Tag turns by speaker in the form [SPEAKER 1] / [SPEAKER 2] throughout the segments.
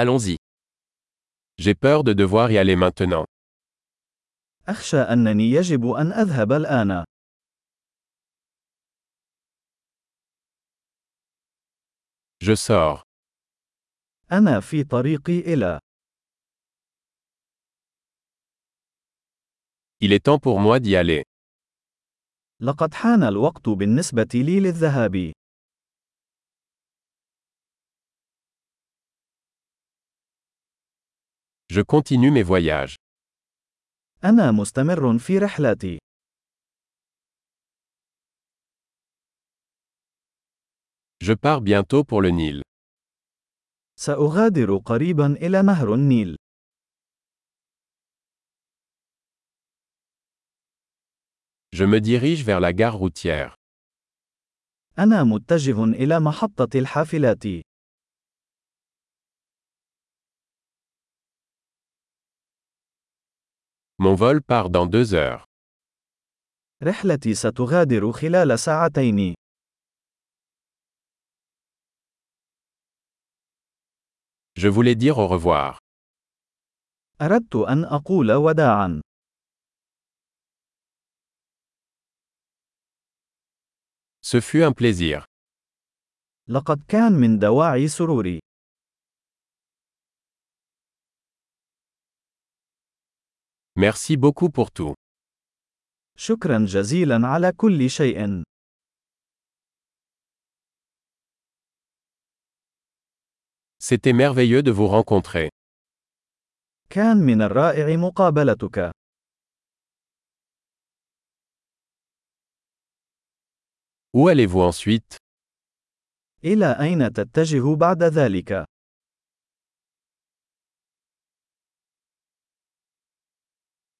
[SPEAKER 1] Allons-y. J'ai peur de devoir y aller maintenant.
[SPEAKER 2] أخشى أنني يجب أن أذهب الآن.
[SPEAKER 1] Je sors.
[SPEAKER 2] أنا في طريقي إلى.
[SPEAKER 1] Il est temps pour moi d'y aller.
[SPEAKER 2] لقد حان الوقت بالنسبة لي للذهاب.
[SPEAKER 1] Je continue mes voyages.
[SPEAKER 2] أنا مستمر في رحلتي.
[SPEAKER 1] Je pars bientôt pour le Nil.
[SPEAKER 2] سأغادر قريبا إلى نهر النيل.
[SPEAKER 1] Je me dirige vers la gare routière.
[SPEAKER 2] أنا متجه إلى محطة الحافلات.
[SPEAKER 1] Mon vol part dans deux heures.
[SPEAKER 2] رحلتي ستغادر خلال ساعتين.
[SPEAKER 1] Je voulais dire au revoir.
[SPEAKER 2] أردت أن أقول وداعا.
[SPEAKER 1] Ce fut un plaisir.
[SPEAKER 2] لقد كان من دواعي سروري.
[SPEAKER 1] Merci beaucoup pour tout.
[SPEAKER 2] شكرا جزيلا على كل شيء.
[SPEAKER 1] C'était merveilleux de vous rencontrer.
[SPEAKER 2] كان من الرائع مقابلتك.
[SPEAKER 1] Où allez-vous ensuite
[SPEAKER 2] إلى أين تتجه بعد ذلك؟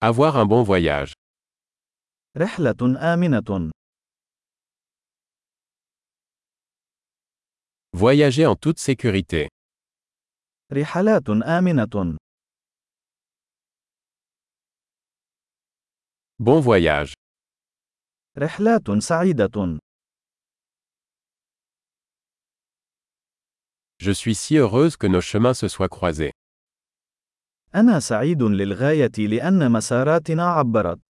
[SPEAKER 1] Avoir un bon voyage.
[SPEAKER 2] رحلة آمنة.
[SPEAKER 1] Voyager en toute sécurité.
[SPEAKER 2] رحلات آمنة.
[SPEAKER 1] Bon voyage.
[SPEAKER 2] رحلات سعيدة.
[SPEAKER 1] Je suis si heureuse que nos chemins se soient croisés.
[SPEAKER 2] أنا سعيد للغاية لأن مساراتنا عبرت.